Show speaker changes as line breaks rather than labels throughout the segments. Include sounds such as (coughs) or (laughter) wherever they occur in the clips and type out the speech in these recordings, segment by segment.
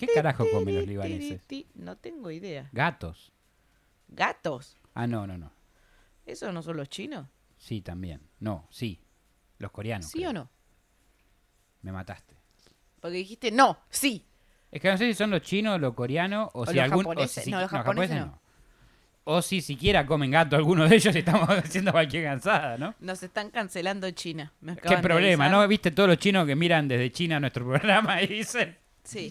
¿Qué carajo comen los libaneses?
Ti, No tengo idea.
Gatos.
¿Gatos?
Ah, no, no, no.
¿Esos no son los chinos?
Sí, también. No, sí. Los coreanos.
¿Sí
creo.
o no?
Me mataste.
Porque dijiste no, sí.
Es que no sé si son los chinos, los coreanos o,
O
si
los
algún.
japoneses.
O si,
No, los japoneses no.
O si siquiera comen gato alguno de ellos, estamos haciendo cualquier cansada, ¿no?
Nos están cancelando China. Me
Qué
acaban de
problema,
avisar.
¿no? ¿Viste todos los chinos que miran desde China nuestro programa y dicen.
Sí.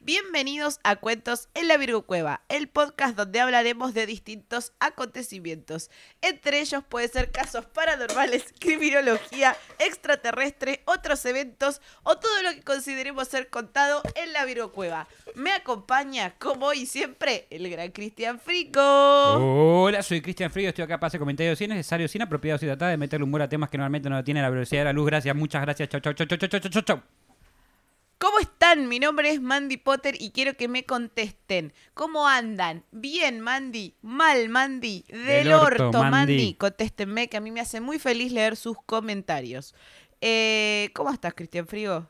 Bienvenidos a Cuentos en la Virgo Cueva, el podcast donde hablaremos de distintos acontecimientos. Entre ellos puede ser casos paranormales, (laughs) criminología, extraterrestre, otros eventos o todo lo que consideremos ser contado en la Virgo Cueva. Me acompaña, como hoy siempre, el gran Cristian Frico.
Oh, Hola, soy Cristian Frío, estoy acá para hacer comentarios si es necesario, sin apropiados y tratar de meterle humor a temas que normalmente no tienen la velocidad de la luz. Gracias, muchas gracias. Chau, chau, chau, chau, chau, chau, chau, chau.
¿Cómo están? Mi nombre es Mandy Potter y quiero que me contesten. ¿Cómo andan? Bien, Mandy. Mal, Mandy. Del,
Del
orto,
orto,
Mandy.
Mandy.
Contéstenme, que a mí me hace muy feliz leer sus comentarios. Eh, ¿Cómo estás, Cristian Frigo?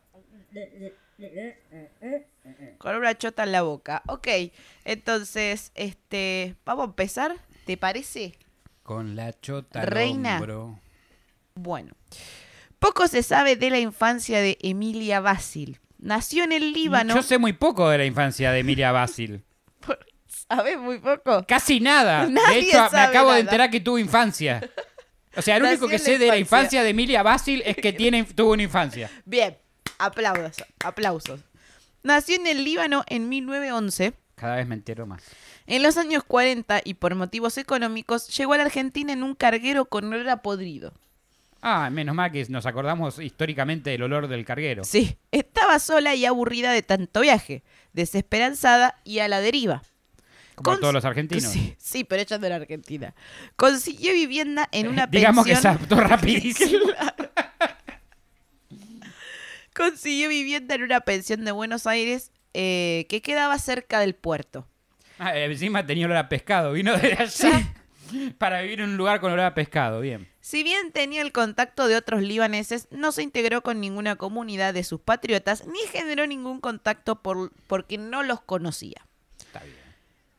Con una chota en la boca. Ok, entonces, este, vamos a empezar. ¿Te parece?
Con la chota al
Reina.
hombro.
Bueno, poco se sabe de la infancia de Emilia Basil. Nació en el Líbano.
Yo sé muy poco de la infancia de Emilia Basil.
¿Sabes muy poco?
Casi
(laughs)
nada.
Nadie
de hecho, me
sabe
acabo
nada.
de enterar que tuvo infancia. O sea, lo
Nació
único que
en la
sé de la
infancia.
infancia de Emilia Basil es
(laughs)
que tiene, tuvo una infancia.
Bien, aplausos, aplausos. Nació en el Líbano en 1911.
Cada vez me entero más.
En los años 40 y por motivos económicos llegó a la Argentina en un carguero con olor a podrido.
Ah, menos mal que nos acordamos históricamente del olor del carguero.
Sí, estaba sola y aburrida de tanto viaje, desesperanzada y a la deriva.
Como
Cons-
todos los argentinos.
Sí, sí, pero ella es de la Argentina. Consiguió vivienda
(laughs)
en una
Digamos que se
pensión. (laughs)
adaptó rapidísimo.
Consiguió vivienda en una pensión de Buenos Aires eh, que quedaba cerca del puerto.
Ah, encima tenía olor a pescado. Vino de allá (laughs) para vivir en un lugar con olor a pescado. Bien.
Si bien tenía el contacto de otros libaneses, no se integró con ninguna comunidad de sus patriotas ni generó ningún contacto por- porque no los conocía.
Está bien.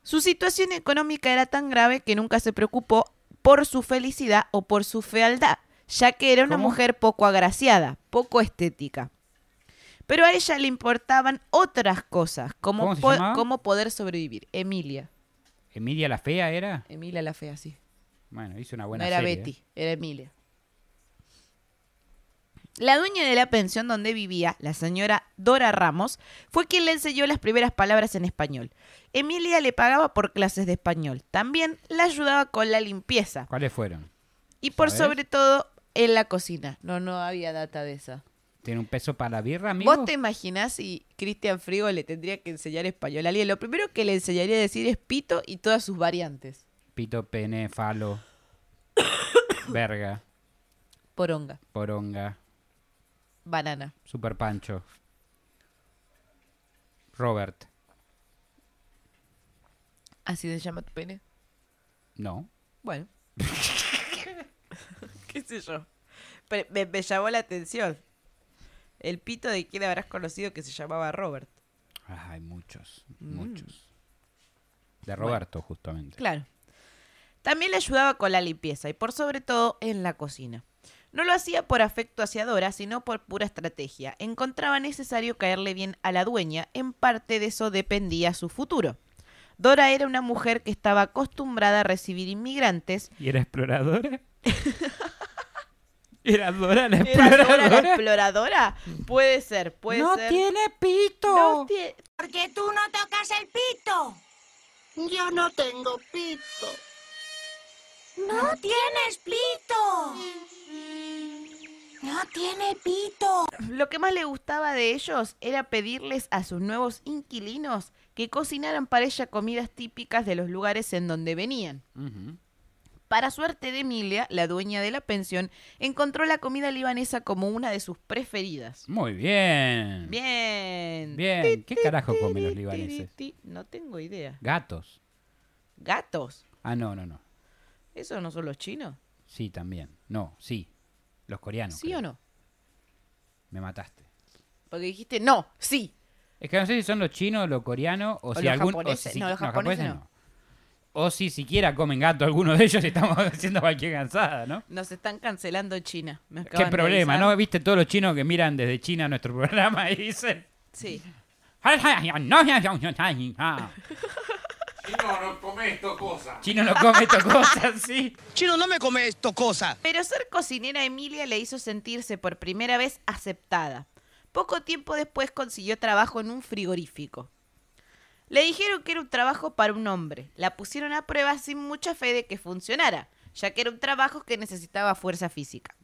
Su situación económica era tan grave que nunca se preocupó por su felicidad o por su fealdad, ya que era una
¿Cómo?
mujer poco agraciada, poco estética. Pero a ella le importaban otras cosas, como,
¿Cómo se
po-
llamaba?
cómo poder sobrevivir. Emilia.
¿Emilia la Fea era?
Emilia la fea, sí.
Bueno, hizo una buena
no era
serie, ¿eh?
Betty, era Emilia. La dueña de la pensión donde vivía, la señora Dora Ramos, fue quien le enseñó las primeras palabras en español. Emilia le pagaba por clases de español. También la ayudaba con la limpieza
¿Cuáles fueron?
y por
¿Sabés?
sobre todo en la cocina. No, no había data de esa.
¿Tiene un peso para la birra, amigo?
¿Vos te imaginás si Cristian Frigo le tendría que enseñar español a alguien? Lo primero que le enseñaría a decir es pito y todas sus variantes.
Pito, pene,
(coughs)
falo. verga,
Poronga,
poronga,
banana.
super pancho. Robert.
¿Así se llama tu pene?
No.
Bueno. (laughs) ¿Qué sé yo? Pero me, me llamó la atención. El pito de quien habrás conocido que se llamaba Robert.
Ah, hay muchos,
Mm.
muchos. De Roberto, justamente.
Claro. También le ayudaba con la limpieza y por sobre todo en la cocina. No lo hacía por afecto hacia Dora, sino por pura estrategia. Encontraba necesario caerle bien a la dueña, en parte de eso dependía su futuro. Dora era una mujer que estaba
(laughs)
acostumbrada a recibir inmigrantes
¿Y era exploradora? (laughs) Era Dora la
¿Era Dora la
exploradora.
exploradora? Puede ser, puede
no
ser.
tiene pito.
No tiene-
Porque tú no tocas el pito.
Yo no tengo pito.
No tienes pito. No tiene pito.
Lo que más le gustaba de ellos era pedirles a sus nuevos inquilinos que cocinaran para ella comidas típicas de los lugares en donde venían.
Ujú.
Para suerte de Emilia, la dueña de la pensión, encontró la comida libanesa como una de sus preferidas.
Muy bien.
Bien.
Bien.
Ti,
¿Qué
ti,
carajo
ti,
comen los
ti, ti,
libaneses?
ti. No tengo idea.
Gatos.
Gatos.
Ah, no, no, no.
¿Esos no son los chinos?
Sí, también. No, sí. Los coreanos.
¿Sí
creo.
o no?
Me mataste.
Porque dijiste no, sí.
Es que no sé si son los chinos, los coreanos o,
O
si
los
algún.
japoneses.
O si,
No, los japoneses no.
O si siquiera comen gato alguno de ellos y estamos (laughs) haciendo cualquier cansada, ¿no?
Nos están cancelando en China. Me
Qué
acaban de
problema,
avisar.
¿no? ¿Viste todos los chinos que miran desde China nuestro (laughs) programa y dicen.
Sí.
Chino, no come esto cosa.
Chino no come estas cosas, (laughs) sí.
Chino, no me come esto cosa.
Pero ser cocinera a Emilia le hizo sentirse por primera vez aceptada. Poco tiempo después consiguió trabajo en un frigorífico. Le dijeron que era un trabajo para un hombre. La pusieron a prueba sin mucha fe de que funcionara, ya que era un trabajo que necesitaba fuerza física.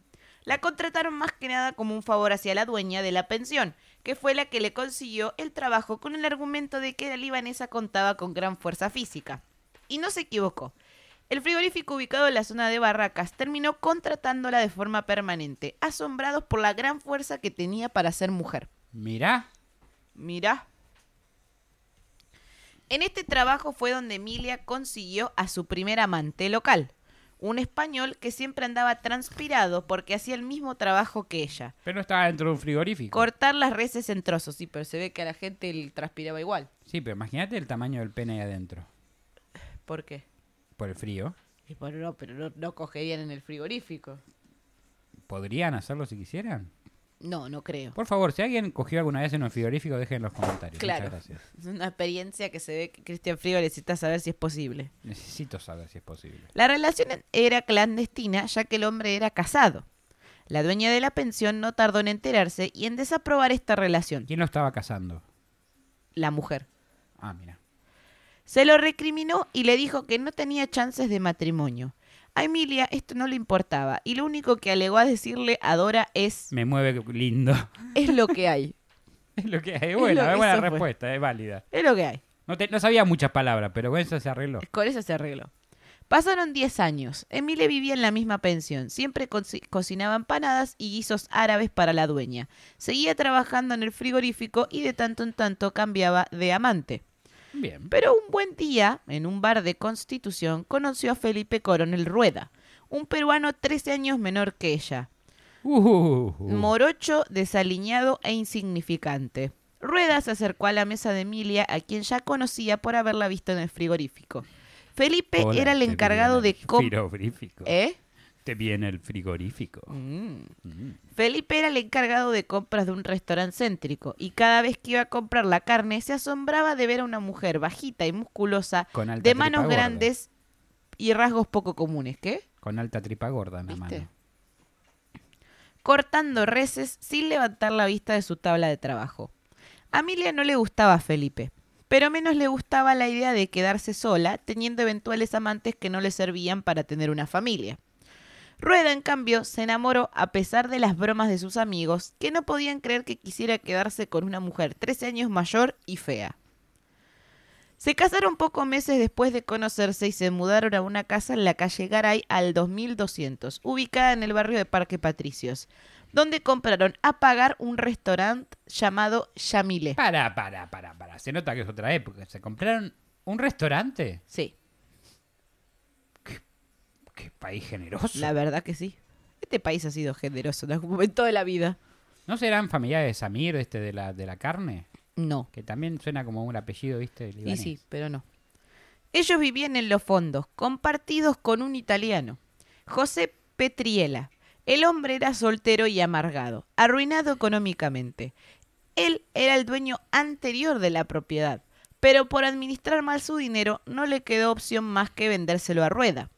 La contrataron más que nada como un favor hacia la dueña de la pensión, que fue la que le consiguió el trabajo con el argumento de que la libanesa contaba con gran fuerza física. Y no se equivocó. El frigorífico ubicado en la zona de Barracas terminó contratándola de forma permanente, asombrados por la gran fuerza que tenía para ser mujer.
Mirá.
Mirá. En este trabajo fue donde Emilia consiguió a su primer amante local, un español que siempre andaba transpirado porque hacía el mismo trabajo que ella.
Pero estaba dentro de un frigorífico.
Cortar las reses en trozos, sí, pero se ve que a la gente le transpiraba igual.
sí, pero imagínate el tamaño del pene ahí adentro.
¿Por qué?
Por el frío.
Y bueno, no, pero no, no cogerían en el frigorífico.
¿Podrían hacerlo si quisieran?
No, no creo.
Por favor, si alguien cogió alguna vez en un frigorífico, dejen en los comentarios.
Claro.
Muchas gracias.
Es una experiencia que se ve que Cristian Frigo necesita saber si es posible.
Necesito saber si es posible.
La relación era clandestina ya que el hombre era casado. La dueña de la pensión no tardó en enterarse y en desaprobar esta relación,
¿Quién lo estaba casando?
la mujer.
Ah, mira.
Se lo recriminó y le dijo que no tenía chances de matrimonio. A Emilia esto no le importaba y lo único que alegó a decirle a Dora es,
Me mueve lindo. (laughs)
es lo que hay,
Es lo que es.
lo
Buena,
que
buena
hizo fue.
respuesta, es válida.
es lo que hay.
No, te- no sabía muchas palabras, pero con eso se arregló.
Con eso se arregló. Pasaron 10 años. Emile vivía en la misma pensión. Siempre conci- cocinaba empanadas y guisos árabes para la dueña. Seguía trabajando en el frigorífico y de tanto en tanto cambiaba de amante.
Bien.
Pero un buen día, en un bar de Constitución, conoció a Felipe Coronel Rueda, un peruano 13 años menor que ella.
Uh,
Morocho, desaliñado e insignificante. Rueda se acercó a la mesa de Emilia, a quien ya conocía por haberla visto en el frigorífico. Felipe
hola,
eh, era el
te
encargado
viene
de...
el
com-
frigorífico.
¿Eh? Mm.
Te viene el frigorífico.
Felipe era el encargado de compras de un restaurante céntrico y cada vez que iba a comprar la carne se asombraba de ver a una mujer bajita y musculosa,
Con alta
de
tripa
manos
gorda.
grandes y rasgos poco comunes. ¿Qué?
Con alta tripa gorda en la
¿Viste?
mano.
Cortando reses sin levantar la vista de su tabla de trabajo. A Emilia no le gustaba Felipe, pero menos le gustaba la idea de quedarse sola, teniendo eventuales amantes que no le servían para tener una familia. Rueda, en cambio, se enamoró a pesar de las bromas de sus amigos, que no podían creer que quisiera quedarse con una mujer 13 años mayor y fea. Se casaron pocos meses después de conocerse y se mudaron a una casa en la calle Garay al 2200, ubicada en el barrio de Parque Patricios, donde compraron a pagar un restaurante llamado Yamile.
Para, para, para, para. Se nota que es otra época. ¿Se compraron un restaurante?
Sí,
Qué país generoso.
la verdad que sí. Este país ha sido generoso en algún momento de la vida.
¿No serán familiares de Samir, este de la, de la carne?
No.
Que también suena como un apellido, ¿viste?
Y
libanés.
sí, pero no. Ellos vivían en los fondos, compartidos con un italiano, José Petriela. El hombre era soltero y amargado, arruinado económicamente. Él era el dueño anterior de la propiedad, pero por administrar mal su dinero no le quedó opción más que vendérselo a rueda.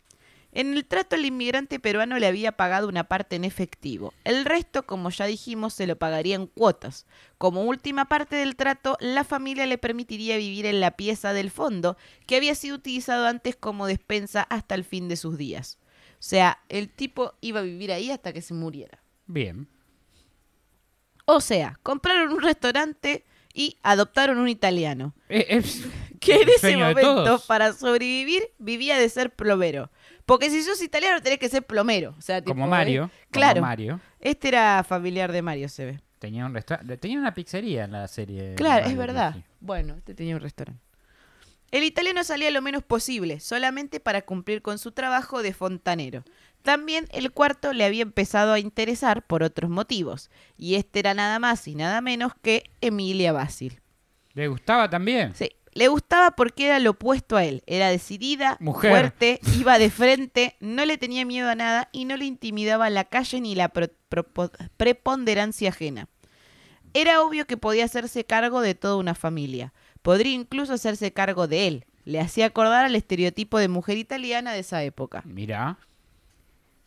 En el trato el inmigrante peruano le había pagado una parte en efectivo. El resto, como ya dijimos, se lo pagaría en cuotas. Como última parte del trato, la familia le permitiría vivir en la pieza del fondo, que había sido utilizado antes como despensa hasta el fin de sus días. O sea, el tipo iba a vivir ahí hasta que se muriera.
Bien.
O sea, compraron un restaurante y adoptaron un italiano,
Eh, es-
que
(laughs)
en
el
ese
sueño de
momento,
todos.
para sobrevivir, vivía de ser plomero. Porque si sos italiano tenés que ser plomero. O sea, tipo,
Como Mario.
¿eh?
como
Claro.
Mario.
Este era familiar de Mario, se ve.
Tenía un restaurante. Tenía una pizzería en la serie.
Claro,
Eh, Mario,
es verdad.
sí.
Bueno, este tenía un restaurante. El italiano salía lo menos posible, solamente para cumplir con su trabajo de fontanero. También el cuarto le había empezado a interesar por otros motivos, y este era nada más y nada menos que Emilia Basil.
¿Le gustaba también?
Sí, le gustaba porque era lo opuesto a él, era decidida,
Mujer.
fuerte, iba de frente, no le tenía miedo a nada y no le intimidaba la calle ni la pro- propo- preponderancia ajena. Era obvio que podía hacerse cargo de toda una familia. Podría incluso hacerse cargo de él. Le hacía acordar al estereotipo de mujer italiana de esa época.
Mirá.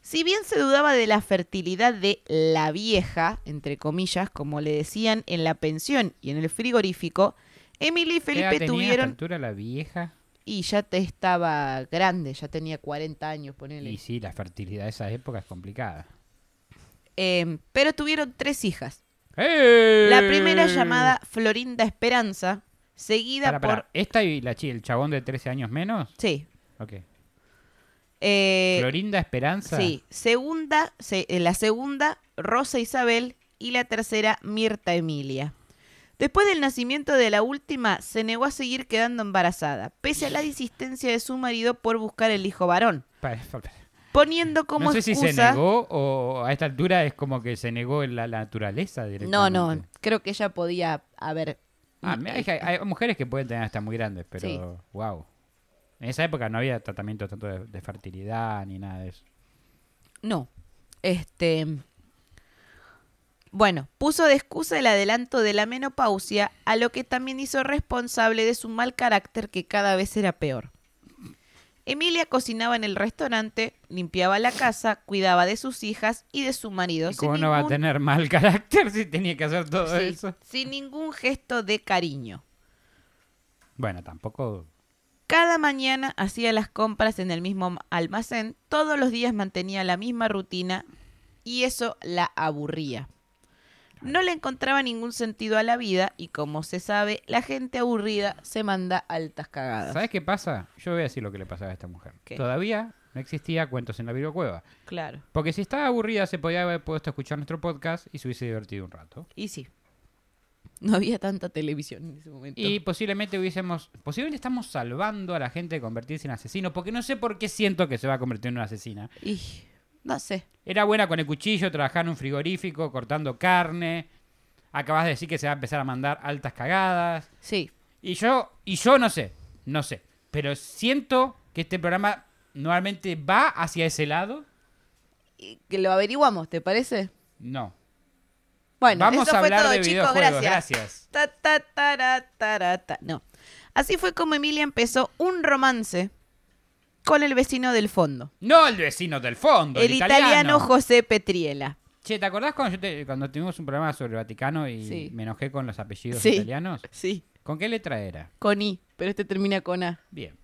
Si bien se dudaba de la fertilidad de la vieja, entre comillas, como le decían en la pensión y en el frigorífico, Emily y
¿Qué edad
Felipe
tenía a esta
tuvieron
altura la vieja?
y ya te estaba grande, ya tenía 40 años, ponele.
Y sí, la fertilidad de esa época es complicada.
Eh, pero tuvieron tres hijas.
¡Eh!
La primera llamada Florinda Esperanza, seguida
Pará, pará.
por...
¿Esta y la chi- el chabón de 13 años menos?
Sí.
Ok.
Eh,
Florinda Esperanza.
sí. Segunda, se- eh, la segunda, Rosa Isabel. Y la tercera, Mirta Emilia. Después del nacimiento de la última, se negó a seguir quedando embarazada, pese a la insistencia de su marido por buscar el hijo varón,
Pará, pará.
poniendo
no
como
sé
excusa...
si se negó o a esta altura es como que se negó en la naturaleza
no,
directamente.
no, creo que ella podía haber... eh,
Ah, mirá, es que hay, hay mujeres que pueden tener hasta muy grandes, pero
Sí.
wow. En esa época no había tratamiento tanto de, de fertilidad ni nada de eso.
No. Este. Bueno, puso de excusa el adelanto de la menopausia, a lo que también hizo responsable de su mal carácter que cada vez era peor. Emilia cocinaba en el restaurante, limpiaba la casa, cuidaba de sus hijas y de su marido.
¿Y ¿Cómo
sin
no va a
ningún-
tener mal (laughs) carácter si tenía que hacer todo
sí,
eso?
sin ningún gesto de cariño.
Bueno, tampoco.
Cada mañana hacía las compras en el mismo almacén, todos los días mantenía la misma rutina y eso la aburría. No le encontraba ningún sentido a la vida y como se sabe, la gente aburrida se manda altas cagadas.
¿Sabes qué pasa? Yo voy a decir lo que le pasaba a esta mujer.
¿Qué?
Todavía no existía cuentos en la videocueva.
Claro.
Porque si estaba aburrida, se podía haber puesto a escuchar nuestro podcast y se hubiese divertido un rato.
Y sí. No había tanta televisión en ese momento.
Y posiblemente hubiésemos. Posiblemente estamos salvando a la gente de convertirse en asesino. Porque no sé por qué siento que se va a convertir en una asesina.
Y no sé.
Era buena con el cuchillo, trabajaba en un frigorífico, cortando carne. Acabas de decir que se va a empezar a mandar altas cagadas.
Sí.
Y yo, y yo no sé, no sé. Pero siento que este programa normalmente va hacia ese lado.
Y que lo averiguamos, ¿te parece?
No.
Bueno,
Vamos
eso
a hablar
fue todo,
de
chicos.
videojuegos,
Gracias.
gracias.
Ta, ta, tara, tara, ta. No. Así fue como Emilia empezó un romance con el vecino del fondo,
No el vecino del fondo. El,
el italiano. José Petriela.
Che, ¿te acordás cuando, yo te- cuando tuvimos un programa sobre el Vaticano y
Sí.
me enojé con los apellidos
Sí.
italianos?
Sí,
¿Con qué letra era?
con I, pero este termina con A.
Bien.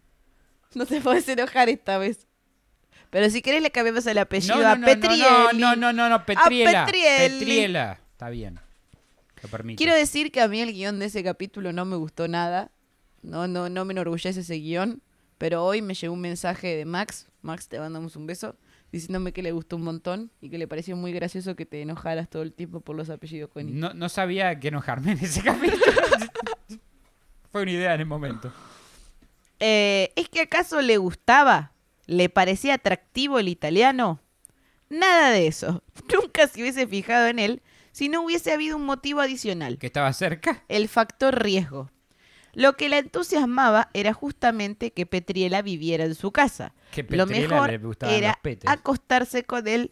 No te podés enojar esta vez. Pero si querés le cambiamos el apellido
No, no,
a
no,
Petrielli. Ah,
no, no, no, no, no, Petriela.
Petrielli.
Petriela. Está bien. Lo permito.
Quiero decir que a mí el guión de ese capítulo no me gustó nada. No, no, no me enorgullece ese guión. Pero hoy me llegó un mensaje de Max. Max, te mandamos un beso. Diciéndome que le gustó un montón y que le pareció muy gracioso que te enojaras todo el tiempo por los apellidos con I.
No, no sabía que enojarme en ese (laughs) capítulo. Fue una idea en el momento.
Eh, ¿Es que acaso le gustaba? ¿Le parecía atractivo el italiano? Nada de eso. (laughs) Nunca se hubiese fijado en él si no hubiese habido un motivo adicional.
Que estaba cerca.
el factor riesgo. Lo que la entusiasmaba era justamente que Petriela viviera en su casa.
Que
Lo
Petriela
mejor
le gustaban los
era
petes.
acostarse con él,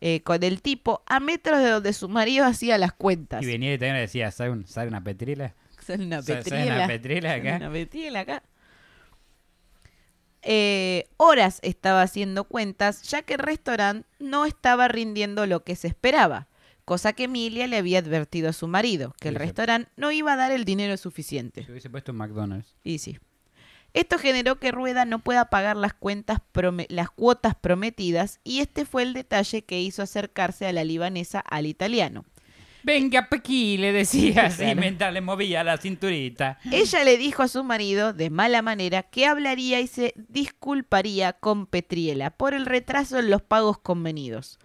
eh, con el tipo, a metros de donde su marido hacía las cuentas. (laughs)
Y venía el italiano y decía, ¿sabe, un- sabe una petrila?
Sale una
Sale- sale
Petriela.
una Petriela acá.
Sale una Petriela acá. eh, horas estaba haciendo cuentas, ya que el restaurante no estaba rindiendo lo que se esperaba, cosa que Emilia le había advertido a su marido, que el
Sí, sí.
restaurante no iba a dar el dinero suficiente.
Se hubiese puesto en McDonald's.
Y sí. Esto generó que Rueda no pueda pagar las, cuentas prome- las cuotas prometidas y este fue el detalle que hizo acercarse a la libanesa al italiano.
Venga pa' aquí, le decía así,
Claro.
mientras le movía la cinturita.
Ella le dijo a su marido, de mala manera, que hablaría y se disculparía con Petriela por el retraso en los pagos convenidos.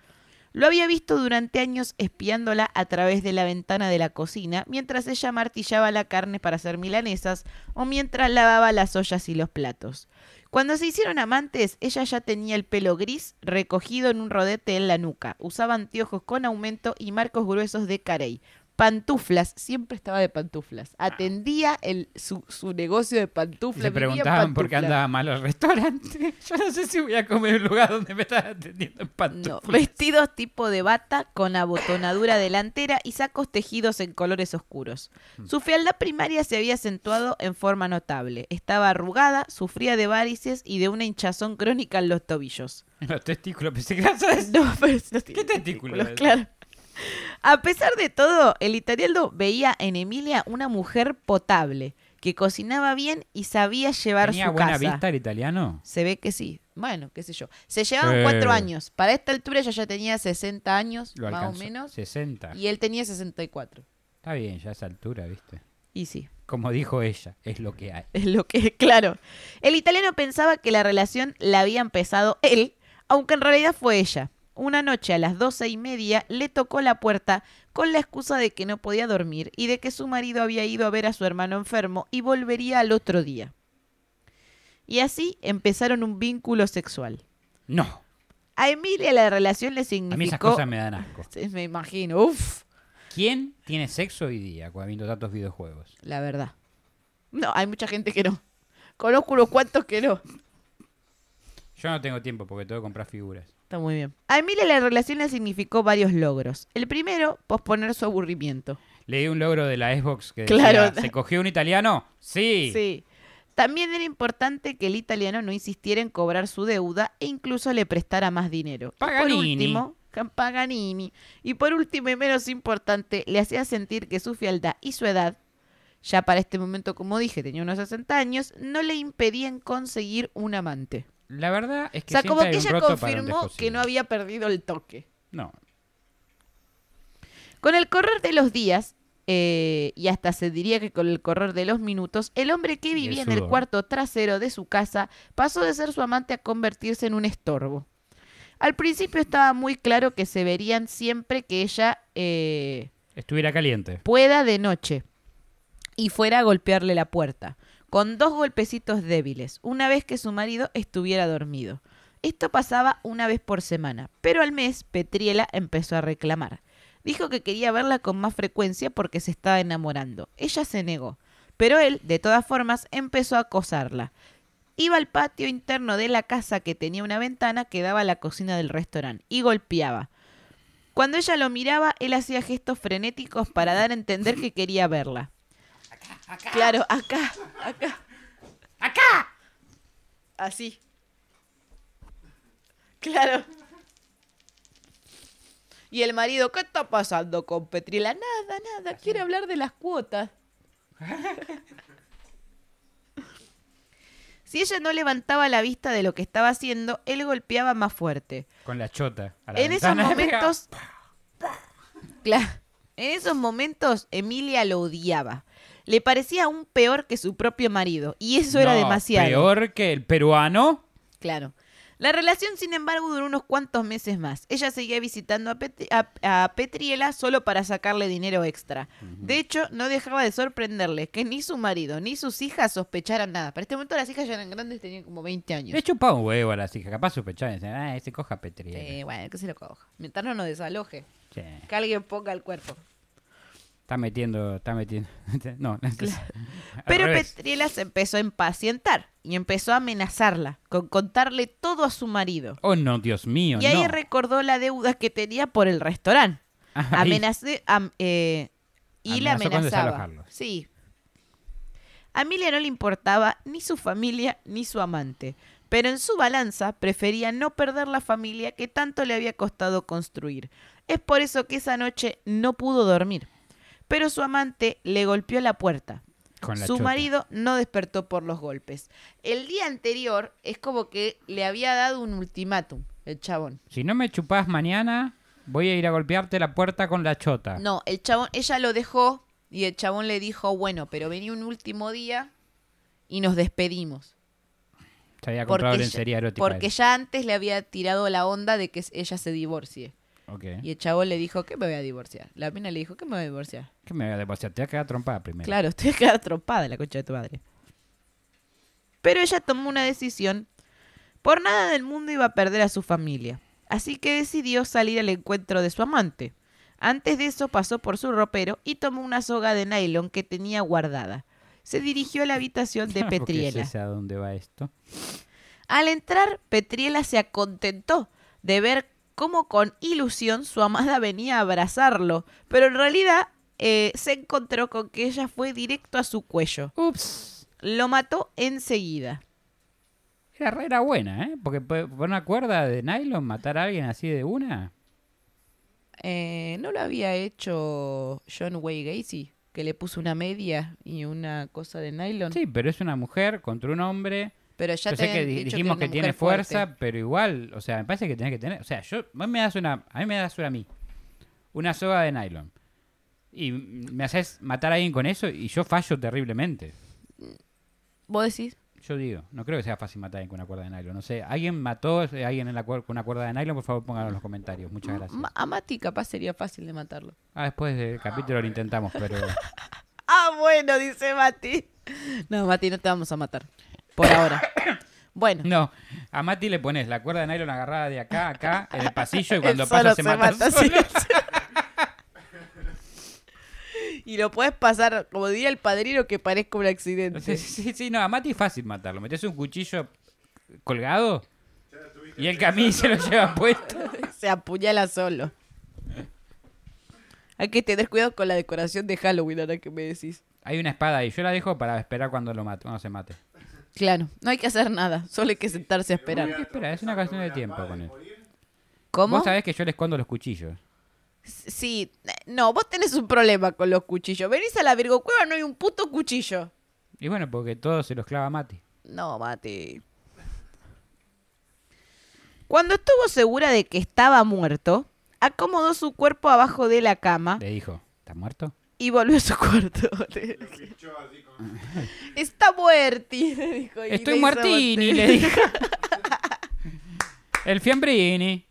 Lo había visto durante años espiándola a través de la ventana de la cocina mientras ella martillaba la carne para hacer milanesas o mientras lavaba las ollas y los platos. Cuando se hicieron amantes, ella ya tenía el pelo gris recogido en un rodete en la nuca, usaba anteojos con aumento y marcos gruesos de carey, pantuflas, siempre estaba de pantuflas, atendía el, su, su negocio de
Y
pantuflas.
se
vivía en
preguntaban por qué
pantuflas.
andaba mal el restaurante. (laughs) Yo no sé si voy a comer en un lugar donde me están atendiendo en
No,
pantuflas.
(laughs) vestidos tipo de bata con abotonadura delantera y sacos tejidos en colores oscuros.
Mm.
Su fealdad primaria se había acentuado en forma notable. Estaba arrugada, sufría de varices y de una hinchazón crónica en
(laughs)
los tobillos.
En los testículos, pensé que ibas a decir-
No, pero no tiene
¿Qué testículo
testículos,
es?
Claro. A pesar de todo, el italiano veía en Emilia una mujer potable, que cocinaba bien y sabía llevar
¿Tenía
su
buena
casa.
vista el italiano?
Se ve que sí. Bueno, qué sé yo. Se llevaban
Eh.
cuatro años. Para esta altura ella ya tenía 60 años,
Lo
más o
alcanzó.
menos.
60.
Y él tenía 64.
Está bien, ya a esa altura, ¿viste?
Y sí, (laughs)
Como dijo ella, es lo que hay.
es lo que, claro. El italiano pensaba que la relación la había empezado él, aunque en realidad fue ella. Una noche a las doce y media le tocó la puerta con la excusa de que no podía dormir y de que su marido había ido a ver a su hermano enfermo y volvería al otro día. Y así empezaron un vínculo sexual.
No,
A Emilia la relación le
a mí esas
significó.
cosas me dan asco.
Sí, me imagino, uff,
¿Quién tiene sexo hoy día cu- viendo tantos videojuegos?
la verdad. No, hay mucha gente que no. Conozco unos cuantos que no.
Yo no tengo tiempo porque tengo que comprar figuras.
Está muy bien. A Emilia la relación le significó varios logros. El primero, posponer su aburrimiento.
Leí un logro de la Xbox que
Claro.
decía, ¿se cogió un italiano? Sí.
Sí. También era importante que el italiano no insistiera en cobrar su deuda e incluso le prestara más dinero. Y por
Paganini.
último, Can- Paganini. Y por último y menos importante, le hacía sentir que su fealdad y su edad, ya para este momento, como dije, tenía unos 60 años, no le impedían conseguir un amante.
La verdad es que
o sea,
siempre
como
hay
que
un
ella
roto para un
confirmó que
descosido.
no había perdido el toque.
No,
Con el correr de los días, eh, y hasta se diría que con el correr de los minutos, el hombre que
el
vivía en el
sudor.
cuarto trasero de su casa pasó de ser su amante a convertirse en un estorbo. Al principio estaba muy claro que se verían siempre que ella eh,
estuviera caliente.
pueda de noche y fuera a golpearle la puerta, con dos golpecitos débiles, una vez que su marido estuviera dormido. Esto pasaba una vez por semana, pero al mes Petriela empezó a reclamar. Dijo que quería verla con más frecuencia porque se estaba enamorando. Ella se negó, pero él, de todas formas, empezó a acosarla. Iba al patio interno de la casa que tenía una ventana que daba a la cocina del restaurante y golpeaba. Cuando ella lo miraba, él hacía gestos frenéticos para dar a entender que quería verla. Claro, acá, acá.
¡Acá!
Así. Claro. Y el marido, ¿qué está pasando con Petrila? Nada, nada, quiere hablar de las cuotas. Si ella no levantaba la vista de lo que estaba haciendo, él golpeaba más fuerte.
Con la chota. a la
En esos
ventana (laughs) le pegaba.
momentos. Claro. En esos momentos, Emilia lo odiaba. Le parecía aún peor que su propio marido. Y eso era
No,
demasiado.
Peor que el peruano.
Claro. La relación, sin embargo, duró unos cuantos meses más. Ella seguía visitando a, Pet- a- a Petriela solo para sacarle dinero extra. De hecho, no dejaba de sorprenderle que ni su marido ni sus hijas sospecharan nada. Para este momento las hijas ya eran grandes, tenían como 20 años.
Le chupaba un huevo a las hijas. Capaz sospechaban. Decían, ah, ese coja Petriela.
Sí, Eh, bueno, que se lo coja. Mientras no nos desaloje.
Sí.
Que alguien ponga el cuerpo.
Está metiendo, está metiendo. (laughs) no, no es- al
Pero
revés.
Petriela se empezó a impacientar y empezó a amenazarla con contarle todo a su marido.
Oh, no, Dios mío.
Y ahí
no.
recordó la deuda que tenía por el restaurante.
(laughs) Ahí.
Amenacé, am- eh, y la
Amenazó con
amenazaba.
desalojarlo.
Sí. A Emilia no le importaba ni su familia ni su amante. pero en su balanza prefería no perder la familia que tanto le había costado construir. Es por eso que esa noche no pudo dormir. Pero su amante le golpeó la puerta.
Con la
Su
chota.
marido no despertó por los golpes. El día anterior es como que le había dado un ultimátum, el chabón.
Si no me chupás mañana, voy a ir a golpearte la puerta con la chota.
No, el chabón, ella lo dejó y el chabón le dijo, bueno, pero vení un último día y nos despedimos.
Se había comprado
ya-
lencería erótica.
porque ya antes le había tirado la onda de que ella se divorcie.
Ok.
Y el chabón le dijo, ¿qué me voy a divorciar? La mina le dijo, ¿qué me voy a divorciar?
¿Qué me voy a divorciar? Te voy a quedar trompada primero.
Claro, (laughs) estoy a quedar trompada la concha de tu madre. Pero ella tomó una decisión. Por nada del mundo iba a perder a su familia. Así que decidió salir al encuentro de su amante. Antes de eso pasó por su ropero y tomó una soga de nylon que tenía guardada. Se dirigió a la habitación
(laughs)
de
Porque
Petriela.
ya sé a dónde va esto.
Al entrar, Petriela se acontentó de ver cómo con ilusión su amada venía a abrazarlo, pero en realidad eh, se encontró con que ella fue directo a su cuello.
Ups.
Lo mató enseguida.
Era re era buena, ¿eh? Porque po- por una cuerda de nylon matar a alguien así de una.
Eh, ¿No lo había hecho John Wayne Gacy? Que le puso una media y una cosa de nylon.
Sí, pero es una mujer contra un hombre.
Pero ya
Yo
te
sé que
habían
di-
dicho
dijimos
era
que,
una
tiene
mujer fuerte.
fuerza, pero igual, o sea, me parece que tenés que tener. O sea, yo, vos me das una, a mí me das una a mí, una soga de nylon. Y mm, me haces matar a alguien con eso y yo fallo terriblemente.
¿Vos decís?
Yo digo, no creo que sea fácil matar a alguien con una cuerda de nylon. No sé, ¿alguien mató a alguien en la cuer- con una cuerda de nylon? Por favor, pónganlo en los comentarios. Muchas gracias.
Ma- A Mati capaz sería fácil de matarlo.
Ah, después del capítulo lo intentamos, pero.
Ah, bueno, dice Mati. No, Mati, no te vamos a matar. Por ahora. Bueno.
No, a Mati le pones la cuerda de nylon agarrada de acá a acá en el pasillo
(laughs)
y
él
cuando
solo
pasa se mata,
sí,
solo.
sí. (laughs) y lo puedes pasar, como diría el padrino, que parezca un accidente.
Sí, sí, sí, sí, no, a Mati es fácil matarlo. Metes un cuchillo colgado y el camino se lo lleva puesto.
(laughs) Se apuñala solo. Hay que tener cuidado con la decoración de Halloween, ahora que me decís.
Hay una espada ahí, yo la dejo para esperar cuando lo mate, cuando se mate.
Claro, no hay que hacer nada, solo hay que sentarse a
Hay que
esperar.
esperar, es una cuestión de tiempo con él.
¿Cómo?
Vos sabés que yo le escondo los cuchillos.
Sí, eh, no, vos tenés un problema con los cuchillos. Venís a la Virgo Cueva, no hay un puto cuchillo.
Y bueno, porque todo se los clava a Mati.
No, Mati. Cuando estuvo segura de que estaba muerto, acomodó su cuerpo abajo de la cama
Le dijo, ¿estás muerto?
y volvió a su cuarto. Está muerti, (laughs) le dijo. y le
Estoy
hizo
muertini,
bote.
le
(laughs)
dije. El fiambrini.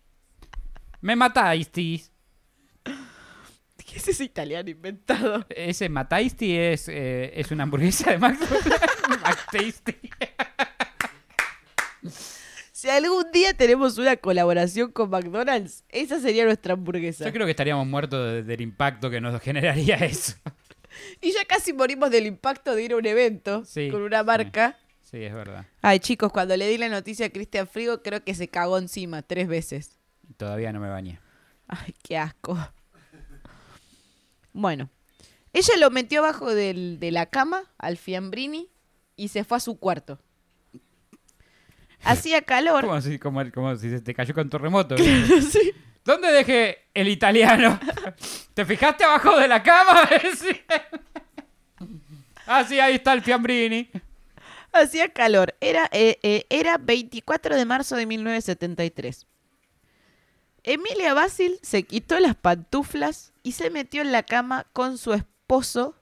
Me mataistis.
¿Qué es ese italiano inventado?
Ese mataisti es, eh, es una hamburguesa de (laughs) McDonald's. Mactasty.
Si algún día tenemos una colaboración con McDonald's, esa sería nuestra hamburguesa.
Yo creo que estaríamos muertos de- del impacto que nos generaría eso.
Y ya casi morimos del impacto de ir a un evento
Sí,
con una
sí.
marca.
Sí, es verdad.
Ay, chicos, cuando le di la noticia a Cristian Frigo, creo que se cagó encima tres veces.
Todavía no me bañé.
Ay, qué asco. Bueno, ella lo metió abajo del- de la cama al fiambrini y se fue a su cuarto. Hacía calor.
Como si, como, el- como si se te cayó con terremoto.
(laughs) Sí.
¿Dónde dejé el italiano? (laughs) ¿Te fijaste abajo de la cama? (laughs) Sí. ah, sí, ahí está el fiambrini.
Hacía calor. Era, eh, eh, era 24 de marzo de 1973. Emilia Basil se quitó las pantuflas y se metió en la cama con su esposo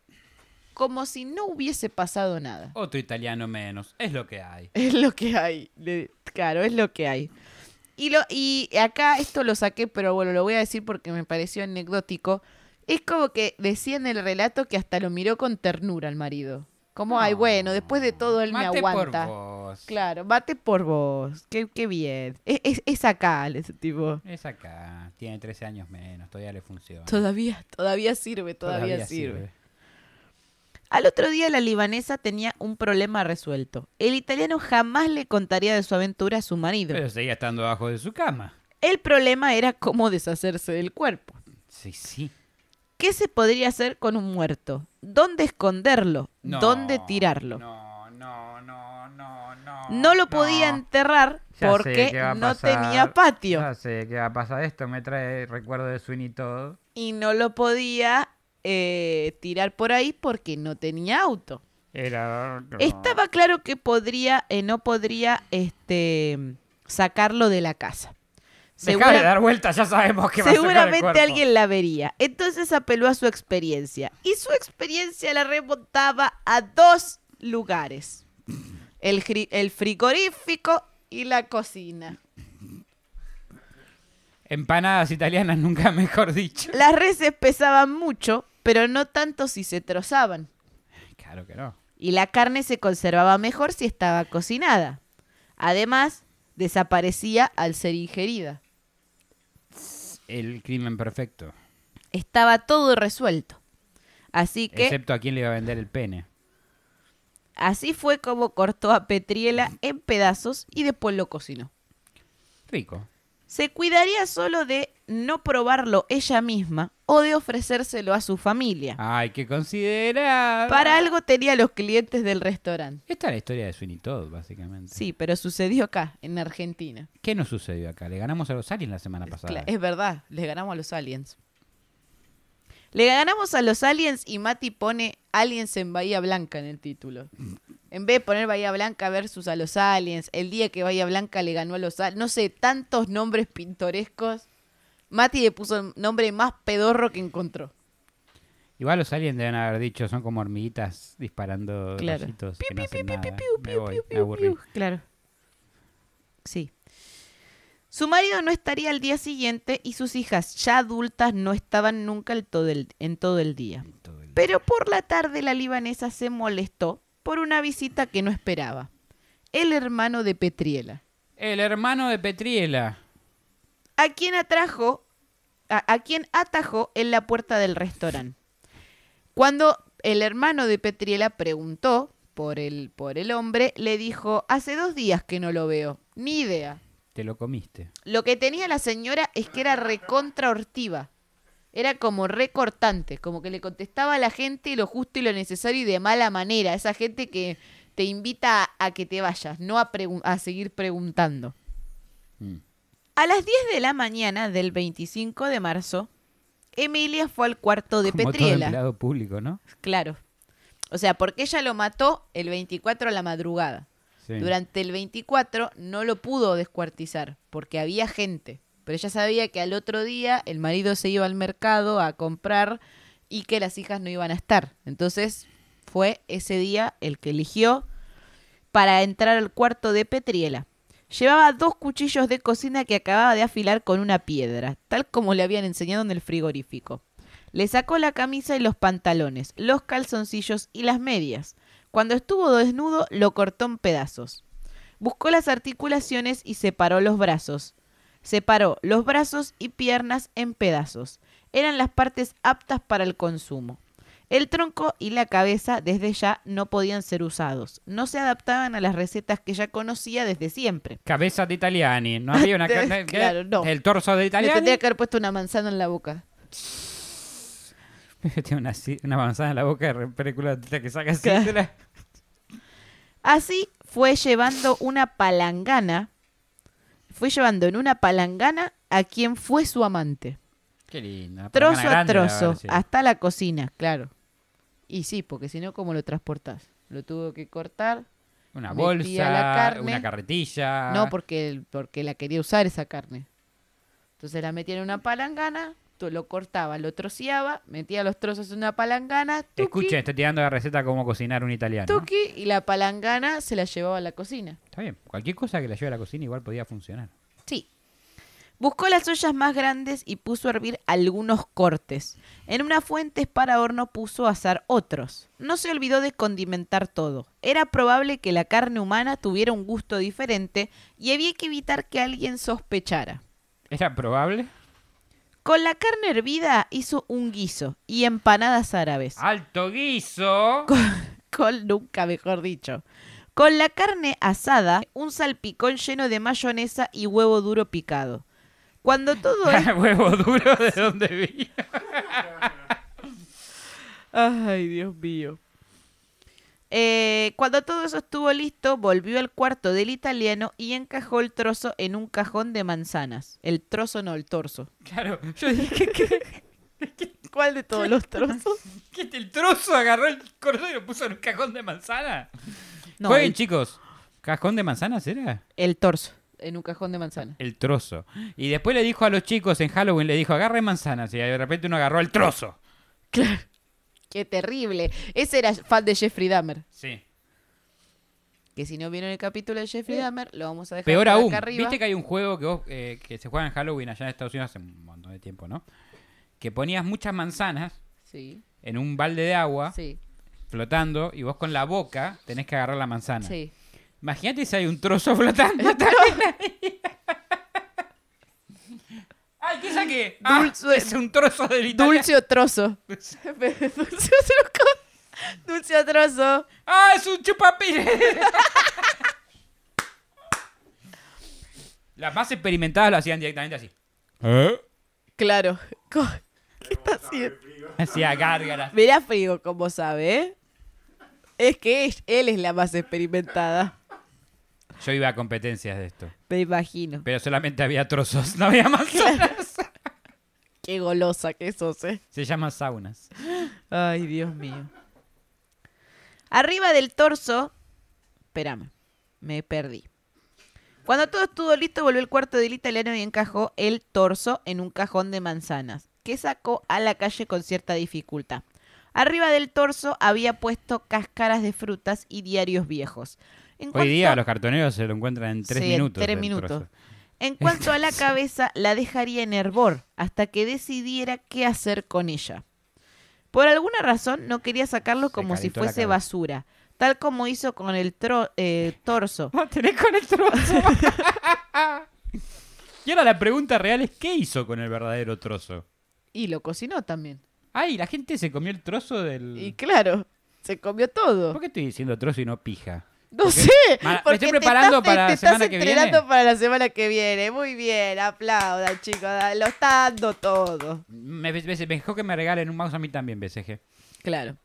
como si no hubiese pasado nada.
Otro italiano menos. Es lo que hay.
Es lo que hay. le- claro, es lo que hay. Y, lo, y acá esto lo saqué, pero bueno, lo voy a decir porque me pareció anecdótico. Es como que decía en el relato que hasta lo miró con ternura al marido. Como, ay, bueno, después de todo él
Mate
me aguanta.
por vos.
Claro, mate por vos. Qué, qué bien. Es, es, es acá, ese tipo.
Es acá. Tiene 13 años menos. Todavía le funciona.
Todavía, todavía sirve, todavía, sirve.
sirve.
Al otro día la libanesa tenía un problema resuelto. El italiano jamás le contaría de su aventura a su marido.
Pero seguía estando abajo de su cama.
El problema era cómo deshacerse del cuerpo.
Sí, sí.
¿Qué se podría hacer con un muerto? ¿Dónde esconderlo?
No,
¿Dónde tirarlo?
No, no, no, no, no.
No lo podía enterrar
Ya sé
porque
qué va a
no
pasar.
tenía patio.
Ya sé qué va a pasar. Esto me trae recuerdo de Sweeney todo.
Y no lo podía eh, tirar por ahí porque no tenía auto.
Era...
Estaba claro que podría, eh, no podría este, sacarlo de la casa.
Dejá de
Segura-
dar vueltas, ya sabemos que va a sacar el
Seguramente
cuerpo.
alguien la vería. Entonces apeló a su experiencia. Y su experiencia la remontaba a dos lugares. El, gri- el frigorífico y la cocina.
Empanadas italianas, nunca mejor
(laughs)
dicho.
Las reses pesaban mucho, pero no tanto si se trozaban.
Claro que no.
Y la carne se conservaba mejor si estaba cocinada. Además, desaparecía al ser ingerida.
El crimen perfecto.
Estaba todo resuelto. Así que...
Excepto a quién le iba a vender el pene.
Así fue como cortó a Petriela en pedazos y después lo cocinó.
Rico.
Se cuidaría solo de no probarlo ella misma o de ofrecérselo a su familia.
Ay, que considerar.
Para algo tenía los clientes del restaurante.
Esta es la historia de Sweeney Todd, básicamente.
Sí, pero sucedió acá, en Argentina.
¿Qué nos sucedió acá? Le ganamos a los aliens la semana pasada.
Cla- Es verdad, les ganamos a los aliens. Le ganamos a los aliens y Mati pone aliens en Bahía Blanca en el título. En vez de poner Bahía Blanca versus a los aliens, el día que Bahía Blanca le ganó a los aliens, no sé, tantos nombres pintorescos. Mati le puso el nombre más pedorro que encontró.
Igual los aliens deben haber dicho, son como hormiguitas disparando
Claro.
rayitos
Piu,
que no
piu,
hacen
piu,
nada.
piu, piu,
Me
piu,
voy,
piu,
me
piu,
aburrí.
piu. Claro. Sí. Su marido no estaría al día siguiente y sus hijas ya adultas no estaban nunca el todo el- en todo el día.
Todo el-
Pero por la tarde la libanesa se molestó por una visita que no esperaba. El hermano de Petriela,
El hermano de Petriela.
a quien atrajo, a, a quien atajó en la puerta del restaurante. Cuando el hermano de Petriela preguntó por el, por el hombre, le dijo, hace dos días que no lo veo, ni idea.
Te lo comiste.
Lo que tenía la señora es que era recontra hortiva. Era como recortante, como que le contestaba a la gente lo justo y lo necesario y de mala manera. Esa gente que te invita a, a que te vayas, no a, pregun- a seguir preguntando.
Mm.
A las 10 de la mañana del 25 de marzo, Emilia fue al cuarto de
como todo
Petriela.
empleado público, ¿no?
Claro. O sea, porque ella lo mató el 24 a la madrugada.
Sí.
Durante el 24 no lo pudo descuartizar porque había gente. Pero ella sabía que al otro día el marido se iba al mercado a comprar y que las hijas no iban a estar. Entonces fue ese día el que eligió para entrar al cuarto de Petriela. Llevaba dos cuchillos de cocina que acababa de afilar con una piedra, tal como le habían enseñado en el frigorífico. Le sacó la camisa y los pantalones, los calzoncillos y las medias. Cuando estuvo desnudo, lo cortó en pedazos. Buscó las articulaciones y separó los brazos. Separó los brazos y piernas en pedazos. Eran las partes aptas para el consumo. El tronco y la cabeza desde ya no podían ser usados. No se adaptaban a las recetas que ya conocía desde siempre.
Cabeza de italiani. No había una
Te-
carne- ¿qué?
(laughs) claro, no.
El torso de
Le
italiani.
tendría que haber puesto una manzana en la boca.
(laughs) Tiene una, ci- una manzana en la boca de película que saca así.
Claro.
de la-
Así fue llevando una palangana, fue llevando en una palangana a quien fue su amante,
Qué linda.
trozo a
Grande, la verdad,
trozo,
sí.
hasta la cocina, claro. Y sí, porque si no, ¿cómo lo transportás? Lo tuvo que cortar.
Una
metía
bolsa,
la carne.
una carretilla.
No, porque, porque la quería usar esa carne. Entonces la metía en una palangana, tú lo cortaba, lo troceaba, metía los trozos en una palangana, tuqui,
Escuchen, estoy tirando la receta cómo cocinar un italiano.
tuqui, y la palangana se la llevaba a la cocina.
Está bien. Cualquier cosa que la lleve a la cocina igual podía funcionar.
Sí. Buscó las ollas más grandes y puso a hervir algunos cortes. En una fuente para horno puso a asar otros. No se olvidó de condimentar todo. Era probable que la carne humana tuviera un gusto diferente y había que evitar que alguien sospechara.
¿Era probable?
Con la carne hervida hizo un guiso y empanadas árabes.
¡Alto guiso!
Con nunca mejor dicho. Con la carne asada, un salpicón lleno de mayonesa y huevo duro picado. Cuando todo esto-
Huevo duro de donde vi.
Ay, Dios mío. Eh, cuando todo eso estuvo listo, volvió al cuarto del italiano y encajó el trozo en un cajón de manzanas. El trozo no, el torso.
Claro, yo dije que,
¿Cuál de todos los trozos?
que el trozo agarró el cordón y lo puso en un cajón de manzana.
(laughs) No,
Jueguen,
el-
chicos. ¿Cajón de manzanas era?
El torso, en un cajón de manzanas.
El trozo. Y después le dijo a los chicos en Halloween, le dijo, agarre manzanas. Y de repente uno agarró el trozo.
Claro. Qué terrible. Ese era fan de Jeffrey Dahmer.
Sí.
Que si no vieron el capítulo de Jeffrey Dahmer, lo vamos a dejar
Peor
por acá
aún,
arriba.
viste que hay un juego que, vos, eh, que se juega en Halloween allá en Estados Unidos hace un montón de tiempo, ¿no? Que ponías muchas manzanas
Sí,
en un balde de agua
sí,
flotando y vos con la boca tenés que agarrar la manzana.
(laughs) sí.
Imagínate si hay un trozo (laughs)
(laughs)
flotando. ¡Ay, qué saqué! Ah,
Dulce-
es un trozo del italiano.
Dulce o trozo. (laughs) Dulce o trozo. Dulce o trozo.
(laughs) ¡Ah, es un
(laughs)
chupapire! Las más experimentadas lo hacían directamente así.
Claro. (laughs) Co- ¿Qué está haciendo?
Hacía gárgaras.
Mirá frío como sabe, ¿eh? Es que es- él es la más experimentada.
Yo iba a competencias de esto.
Me imagino.
Pero solamente había trozos, no había
(laughs)
manzanas.
Qué golosa que sos, ¿eh?
Se llaman saunas.
Ay, Dios mío. Arriba del torso. Espérame, me perdí. Cuando todo estuvo listo, volvió el cuarto del italiano y encajó el torso en un cajón de manzanas, que sacó a la calle con cierta dificultad. Arriba del torso había puesto cáscaras de frutas y diarios viejos. En
Hoy
cuanto-
día los cartoneros se lo encuentran en tres
Sí, en
minutos.
tres
el
minutos.
trozo.
En cuanto a la cabeza, la dejaría en hervor hasta que decidiera qué hacer con ella. Por alguna razón no quería sacarlo
Se
como si
calentó la
fuese
cabeza.
basura, tal como hizo con el tro- eh,
(laughs)
torso.
Ah, tenés con el trozo. y ahora la pregunta real es: ¿qué hizo con el verdadero trozo?
(laughs) Y lo cocinó también.
Ay, la gente se comió el trozo del.
Y claro, se comió todo.
¿Por qué estoy diciendo trozo y no pija?
No sé,
Mara, me
porque
estoy
te
preparando
estás- te,
para la
estás
semana que viene.
entrenando para la semana que viene. Muy bien, aplaudan chicos, da- lo está dando todo.
Me, me- me- mejor que me regalen un mouse a mí también, BCG.
Claro.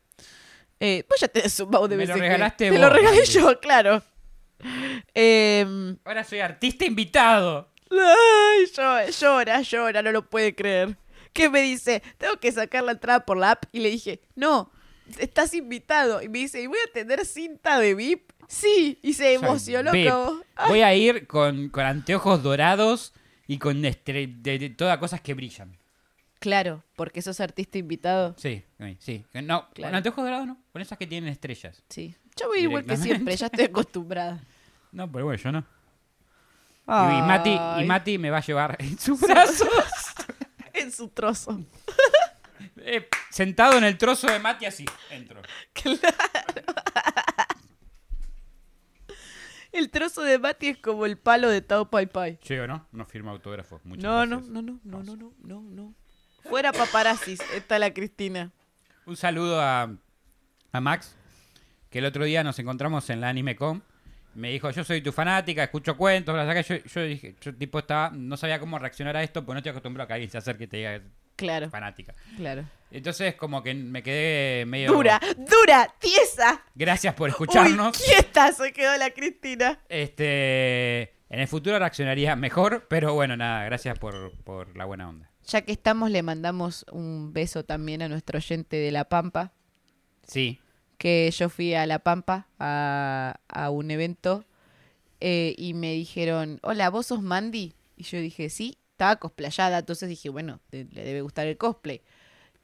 Eh, vos ya tenés un baúl de
Me lo
BCG.
regalaste
Te
vos,
lo regalé
Rodrigo.
yo, claro. Em,
Ahora soy artista invitado.
ay, llo- llora, llora, no lo puede creer. ¿Qué me dice? Tengo que sacar la entrada por la app. Y le dije, no, estás invitado. Y me dice, ¿y voy a tener cinta de VIP? Sí. Y se
Soy
emocionó
Bip.
como... ah,
Voy a ir con, con anteojos dorados y con estre- de, de todas cosas que brillan.
Claro, porque sos artista invitado.
Sí, sí. No,
Claro.
con anteojos dorados no. Con esas que tienen estrellas.
Sí. Yo voy igual que
Directamente.
siempre, ya estoy acostumbrada.
No, pero bueno, yo no. Y- Y Mati,
Ay,
y Mati me va a llevar en
(laughs)
su brazo.
En su trozo.
Eh, sentado en el trozo de Mati así. Entro.
(laughs) El trozo de Mati es como el palo de Tao Pai Pai.
Llego, ¿no? No firma autógrafos. Muchas
No, no,
gracias.
no, no, no, no, no, no, no. Fuera paparazzis, está la Cristina.
Un saludo a, a Max, que el otro día nos encontramos en la AnimeCom. Me dijo, yo soy tu fanática, escucho cuentos, bla, bla, bla". yo, yo dije, yo tipo estaba, no sabía cómo reaccionar a esto, porque no estoy acostumbrado a que alguien se acerque y te diga que es
Claro,
fanática.
claro.
Entonces como que me quedé medio...
Dura, dura, tiesa.
Gracias por escucharnos.
Uy, quieta se quedó la Cristina.
Este, en el futuro reaccionaría mejor, pero bueno, nada, gracias por, por la buena onda.
Ya que estamos, le mandamos un beso también a nuestro oyente de La Pampa,
Sí,
que yo fui a La Pampa a, a un evento eh, y me dijeron, hola, ¿vos sos Mandy? Y yo dije, sí, estaba cosplayada, entonces dije, bueno, te- le debe gustar el cosplay.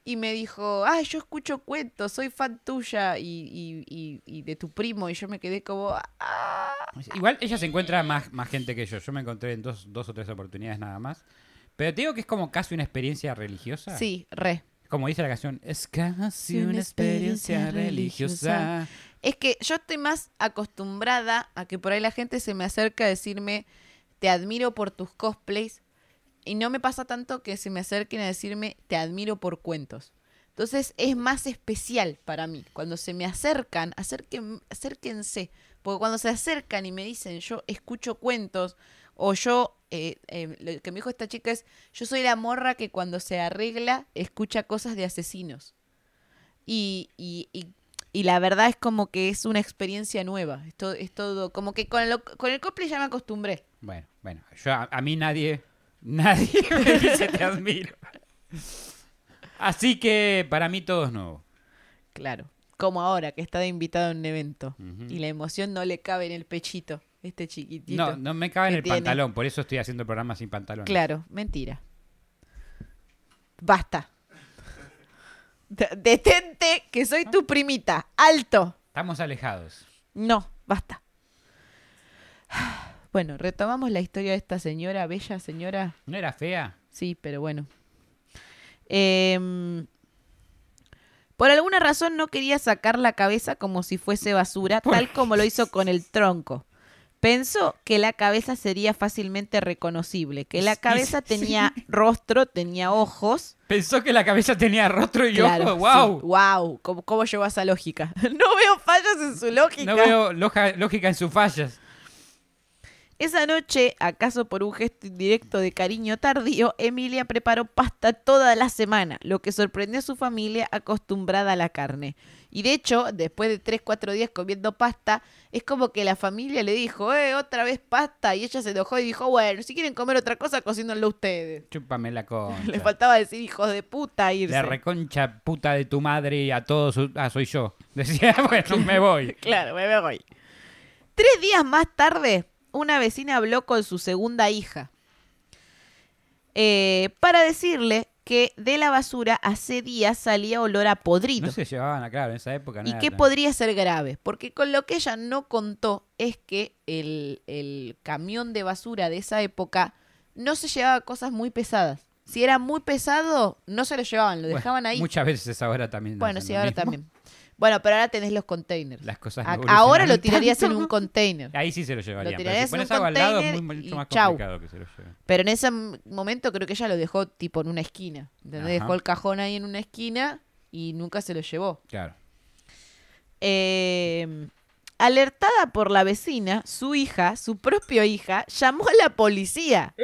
Y me dijo, ah, yo escucho cuentos, soy fan tuya y, y- y- y de tu primo. Y yo me quedé como, ah.
Igual ella se encuentra más, más gente que yo. Yo me encontré en dos, dos o tres oportunidades nada más. Pero te digo que es como casi una experiencia religiosa.
Sí, re.
Como dice la canción, es casi una experiencia religiosa.
Es que yo estoy más acostumbrada a que por ahí la gente se me acerca a decirme, te admiro por tus cosplays. Y no me pasa tanto que se me acerquen a decirme, te admiro por cuentos. Entonces es más especial para mí. Cuando se me acercan, acerquen, acérquense. Porque cuando se acercan y me dicen, yo escucho cuentos, o yo, eh, eh, lo que me dijo esta chica es, yo soy la morra que cuando se arregla escucha cosas de asesinos. Y, y, y- y y la verdad es como que es una experiencia nueva. Es todo, es todo como que con, lo- con el cosplay ya me acostumbré.
Bueno, bueno, yo a, a mí nadie, (laughs) nadie me dice te admiro. Así que para mí todo es nuevo.
Claro. Como ahora, que está de invitado en un evento.
Ujú.
Y la emoción no le cabe en el pechito, este chiquitito.
No, no me cabe en
que
el
tiene.
pantalón, por eso estoy haciendo el programa sin pantalón.
Claro, mentira. Basta. De- Detente, que soy tu primita. Alto.
Estamos alejados.
No, basta. (sighs) Bueno, retomamos la historia de esta señora, bella señora.
¿No era fea?
Sí, pero bueno. Em, por alguna razón no quería sacar la cabeza como si fuese basura, tal como lo hizo con el tronco. Pensó que la cabeza sería fácilmente reconocible, que la
Sí,
cabeza tenía rostro, tenía ojos.
Pensó que la cabeza tenía rostro y
Claro,
ojos. ¡Wow!
sí, wow, ¿cómo, cómo llevó esa lógica? (laughs) No veo fallas en su lógica.
No veo loja- lógica en sus fallas.
Esa noche, acaso por un gesto indirecto de cariño tardío, Emilia preparó pasta toda la semana, lo que sorprendió a su familia acostumbrada a la carne. Y de hecho, después de 3, 4 días comiendo pasta, es como que la familia le dijo, eh, otra vez pasta, y ella se enojó y dijo, bueno, si quieren comer otra cosa, cocínenlo ustedes.
Chúpame la concha.
Le faltaba decir hijos de puta irse.
La reconcha puta de tu madre y a todos. su- Ah, soy yo. (laughs) Decía, bueno, me
(laughs)
voy.
Claro, me veo hoy. Tres días más tarde, una vecina habló con su segunda hija eh, para decirle que de la basura hace días salía olor a podrido
No se llevaban a claro en esa época. no
y
era
que
tan-
podría ser grave, porque con lo que ella no contó es que el, el camión de basura de esa época no se llevaba cosas muy pesadas. Si era muy pesado, no se lo llevaban, lo
Bueno,
dejaban ahí.
Muchas veces ahora también.
Bueno,
hacen
sí,
lo
ahora
mismo.
también. Bueno, pero ahora tenés los containers.
Las cosas
A-
no
ahora lo
evolucionaron
tirarías en
tanto. (laughs)
un container.
Ahí sí se lo llevarían.
Lo
pero
tirarías
si
en
pones
un
algo al lado, es muy,
container
mucho
y
más
chau.
complicado que se lo lleven.
Pero en ese m- momento creo que ella lo dejó tipo en una esquina. ¿Entendés?
Ajá.
Dejó el cajón ahí en una esquina y nunca se lo llevó.
Claro.
Eh, alertada por la vecina, su hija, su propia hija, llamó a la policía.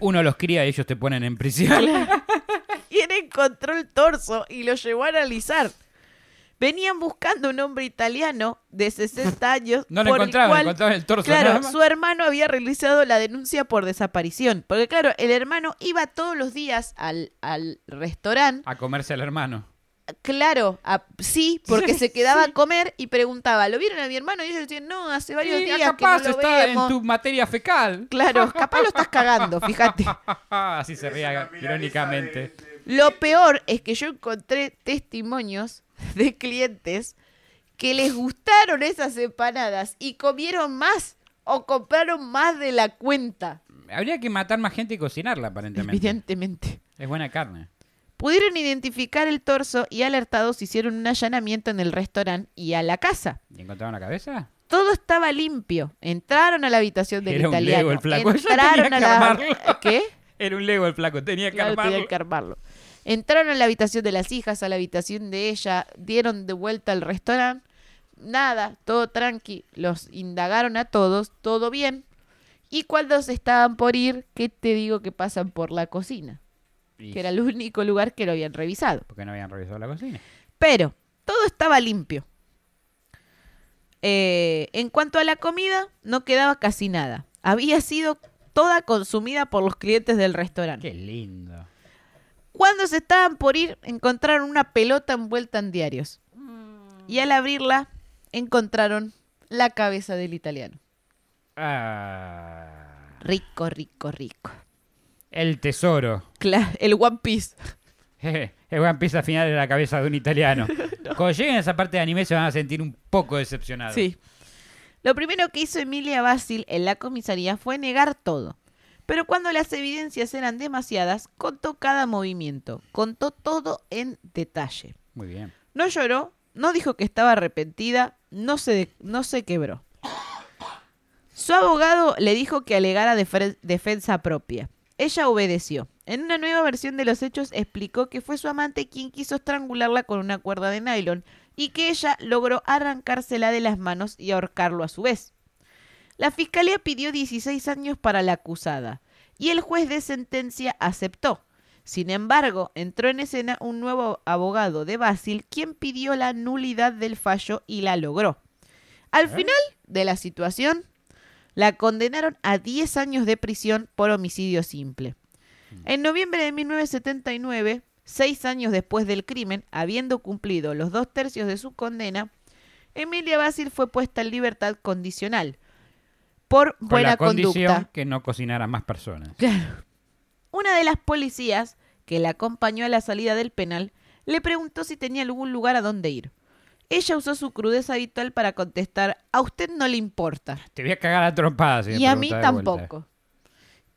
Uno los cría y ellos te ponen en prisión.
(laughs) quien encontró el torso y lo llevó a analizar. Venían buscando un hombre italiano de 60 años.
(laughs) No lo
por el
encontraban,
cual-
encontraban el torso nada
Claro,
más.
su hermano había realizado la denuncia por desaparición. Porque, claro, el hermano iba todos los días al, al restaurante.
A comerse al hermano.
Claro, a- sí, porque se quedaba a comer y preguntaba, ¿lo vieron a mi hermano? Y ellos decían, no, hace varios
Y
días que no
capaz
lo
está
vemos".
en tu materia fecal. (laughs)
Claro, capaz lo estás cagando, fíjate.
Ah, Así se ría irónicamente.
Lo peor es que yo encontré testimonios de clientes que les gustaron esas empanadas y comieron más o compraron más de la cuenta,
Habría que matar más gente y cocinarla, aparentemente.
evidentemente.
Es buena carne.
Pudieron identificar el torso y alertados hicieron un allanamiento en el restaurante y a la casa.
¿Y encontraron la cabeza?
Todo estaba limpio. Entraron a la habitación del
Era un
italiano.
Lego el flaco. Yo
Entraron
tenía
a
que
la
armarlo. (laughs)
¿Qué?
Era un Lego el flaco, tenía que
Claro, tenía
armarlo.
que armarlo. Entraron a la habitación de las hijas, a la habitación de ella, dieron de vuelta al restaurante. Nada, todo tranqui. Los indagaron a todos, todo bien. Y cuando se estaban por ir, ¿qué te digo que pasan por la cocina?
Y-
Que era el único lugar que lo habían revisado.
Porque no habían revisado la cocina.
Pero todo estaba limpio. Eh, en cuanto a la comida, no quedaba casi nada. Había sido toda consumida por los clientes del restaurante.
Qué lindo.
Cuando se estaban por ir, encontraron una pelota envuelta en diarios. Y al abrirla, encontraron la cabeza del italiano.
Ah,
Rico, rico, rico.
el tesoro. (laughs)
Cla- el One Piece.
Jeje, El One Piece al final de la cabeza de un
(laughs)
italiano. Cuando lleguen a esa parte de anime se van a sentir un poco decepcionados.
Sí. Lo primero que hizo Emilia Basil en la comisaría fue negar todo. Pero cuando las evidencias eran demasiadas, contó cada movimiento. Contó todo en detalle.
Muy bien.
No lloró, no dijo que estaba arrepentida, no se, de- no se quebró. Su abogado le dijo que alegara defer- defensa propia. Ella obedeció. En una nueva versión de los hechos explicó que fue su amante quien quiso estrangularla con una cuerda de nylon y que ella logró arrancársela de las manos y ahorcarlo a su vez. La fiscalía pidió 16 años para la acusada y el juez de sentencia aceptó. Sin embargo, entró en escena un nuevo abogado de Basil, quien pidió la nulidad del fallo y la logró.
¿Eh?
Al final de la situación, la condenaron a 10 años de prisión por homicidio simple.
Mm.
En noviembre de 1979, seis años después del crimen, habiendo cumplido los dos tercios de su condena, Emilia Basil fue puesta en libertad condicional por
Con
buena
la condición
conducta.
que no cocinara más personas.
Claro. Una de las policías que la acompañó a la salida del penal le preguntó si tenía algún lugar a dónde ir. Ella usó su crudeza habitual para contestar, a usted no le importa.
Te voy a cagar a trompadas. si me
y a mí
preguntás de vuelta.
tampoco.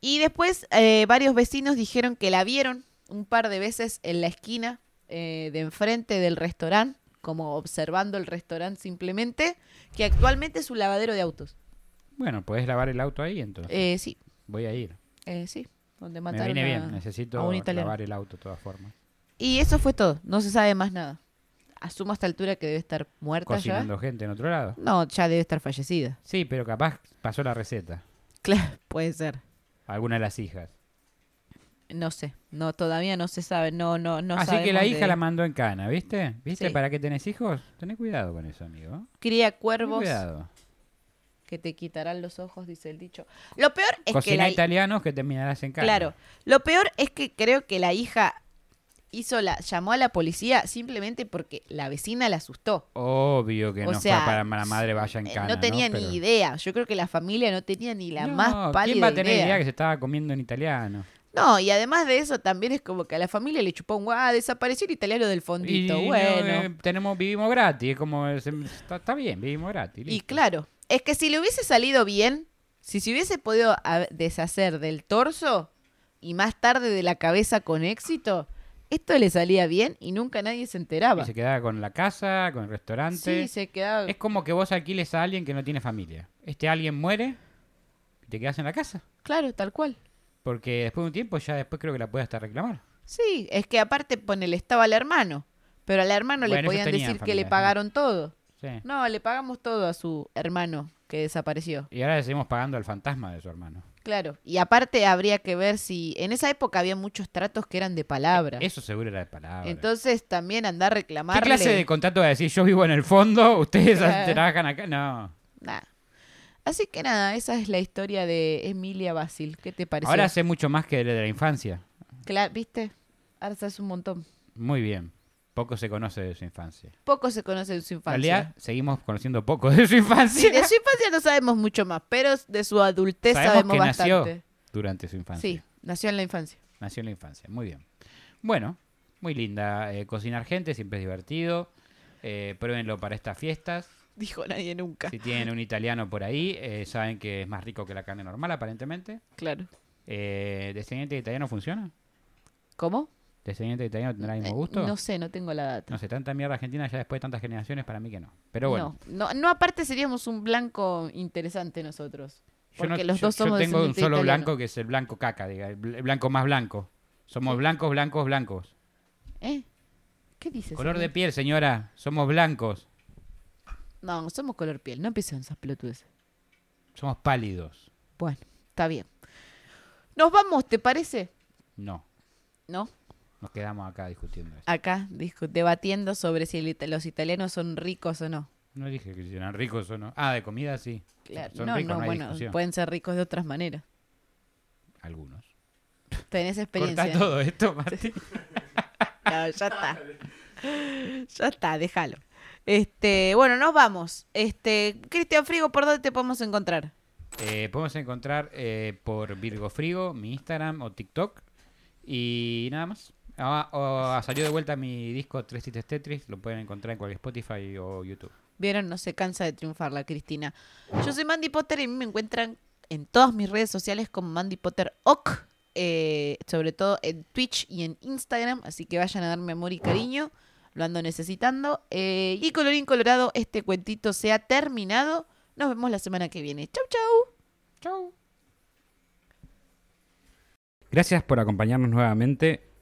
Y después eh, varios vecinos dijeron que la vieron un par de veces en la esquina eh, de enfrente del restaurante, como observando el restaurante simplemente, que actualmente es un lavadero de autos.
Bueno, puedes lavar el auto ahí entonces.
Eh, sí,
Voy a ir.
eh, sí, donde
Me
mataron
viene
a,
bien.
a
Necesito
un italiano.
lavar el auto de todas formas.
Y eso fue todo, no se sabe más nada. Asumo a esta altura que debe estar muerta ya.
Cocinando gente en otro lado.
No, ya debe estar fallecida. (laughs)
Sí, pero capaz pasó la receta.
Claro, puede ser.
Alguna de las hijas.
No sé, no todavía no se sabe, no no no
Así que
sabemos
la hija
de-
la mandó en cana, ¿viste? ¿Viste
Sí.
para qué tenés hijos? Tenés cuidado con eso, amigo.
cría
Tenés
cuervos
cuidado.
que te quitarán los ojos, dice el dicho. Lo peor es que
Cocina
la hi-
italianos que terminarás en cana.
claro, lo peor es que creo que la hija hizo la llamó a la policía simplemente porque la vecina la asustó.
Obvio que
O
no
sea,
fue para que la madre vaya en
Eh,
cana.
no tenía
Pero-
ni idea. Yo creo que la familia no tenía ni la
No,
más pálida
¿Quién va a tener idea que se estaba comiendo en italiano?
No, y además de eso también es como que a la familia le chupó un guá, desapareció el italiano del
Y
fondito,
no,
bueno.
eh, tenemos, vivimos gratis, es como es- está, está bien, vivimos gratis.
y
listo.
claro, es que si le hubiese salido bien, si se hubiese podido a- deshacer del torso y más tarde de la cabeza con éxito, esto le salía bien y nunca nadie se
Y
enteraba.
se quedaba con la casa, con el restaurante.
Sí, se quedaba.
Es como que vos alquiles a alguien que no tiene familia. Este alguien muere y te quedas en la casa.
Claro, tal cual.
Porque después de un tiempo ya después creo que la puedes hasta reclamar.
Sí, es que aparte ponele, estaba el hermano, pero al hermano
Bueno,
le
eso
podían
tenía
decir que le
familia, ¿no?
pagaron todo.
Sí.
No, le pagamos todo a su hermano que desapareció.
Y ahora le seguimos pagando al fantasma de su hermano.
Claro, y aparte habría que ver si en esa época había muchos tratos que eran de palabra.
Eso seguro era de palabra.
Entonces también andar a
¿Qué
reclamarle.
clase de contrato va a decir yo vivo en el fondo, (laughs) ustedes
Claro.
trabajan acá? No.
Nah. Así que nada, esa es la historia de Emilia Basil. ¿Qué te pareció?
Ahora sé mucho más que de de la infancia.
Cla- ¿Viste? Ahora sabes un montón.
Muy bien. Poco se conoce de su infancia.
Poco se conoce de su
En
infancia.
realidad, seguimos conociendo poco de su
Sí,
infancia.
de su infancia no sabemos mucho más, pero de su adultez
Sabemos
sabemos
que
bastante.
nació durante su infancia.
Sí, nació en la infancia. (laughs)
Nació en la infancia, muy bien. Bueno, muy linda. eh, cocinar gente siempre es divertido. Eh, pruébenlo para estas fiestas.
Dijo nadie nunca.
Si tienen un italiano por ahí, eh, saben que es más rico que la carne normal, aparentemente.
Claro.
Eh, ¿Descendiente de italiano funciona?
¿Cómo?
¿Descendiente de italiano tendrá el mismo
Eh,
gusto?
No sé, no tengo la data.
No sé, tanta mierda argentina ya después de tantas generaciones, para mí que no. Pero bueno,
no, no, no, aparte seríamos un blanco interesante nosotros.
yo, no-
Porque los
yo-
dos
yo
somos
tengo un
descendientes
solo
italianos.
blanco que es el blanco caca, diga, el bl- el blanco más blanco. Somos blancos, blancos, blancos.
¿Eh? ¿Qué dices?
Color de
señor?
piel, señora, somos blancos,
No, somos color piel. No empiecen esas pelotudes.
somos pálidos.
Bueno, está bien. Nos vamos, ¿te parece?
No,
¿No?
nos quedamos acá discutiendo eso.
Acá, discu- debatiendo sobre si el ita- los italianos son ricos o no.
No dije que si eran ricos o no. Ah, de comida sí.
Claro.
Son
no,
ricos,
no,
no hay
bueno, pues,
discusión.
pueden ser ricos de otras maneras.
Algunos.
Tenés
Corta
experiencia.
todo esto, Martín.
Claro, ya está. Ya está, déjalo. Este, bueno, nos vamos. Este, Cristian Frigo, ¿por dónde te podemos encontrar?
Eh, podemos encontrar eh, por Virgo Frigo, mi Instagram o TikTok. Y nada más. Ah, o- salió de vuelta mi disco Tres Tristes Tetris. Lo pueden encontrar en cualquier Spotify o YouTube.
Vieron, no se cansa de triunfar la Cristina. Yo soy Mandy Potter y a mí me encuentran en todas mis redes sociales como Mandy Potter Oc, eh, sobre todo en Twitch y en Instagram, así que vayan a darme amor y cariño, lo ando necesitando. Eh, y colorín colorado, este cuentito se ha terminado. Nos vemos la semana que viene. Chau, chau.
Gracias por acompañarnos nuevamente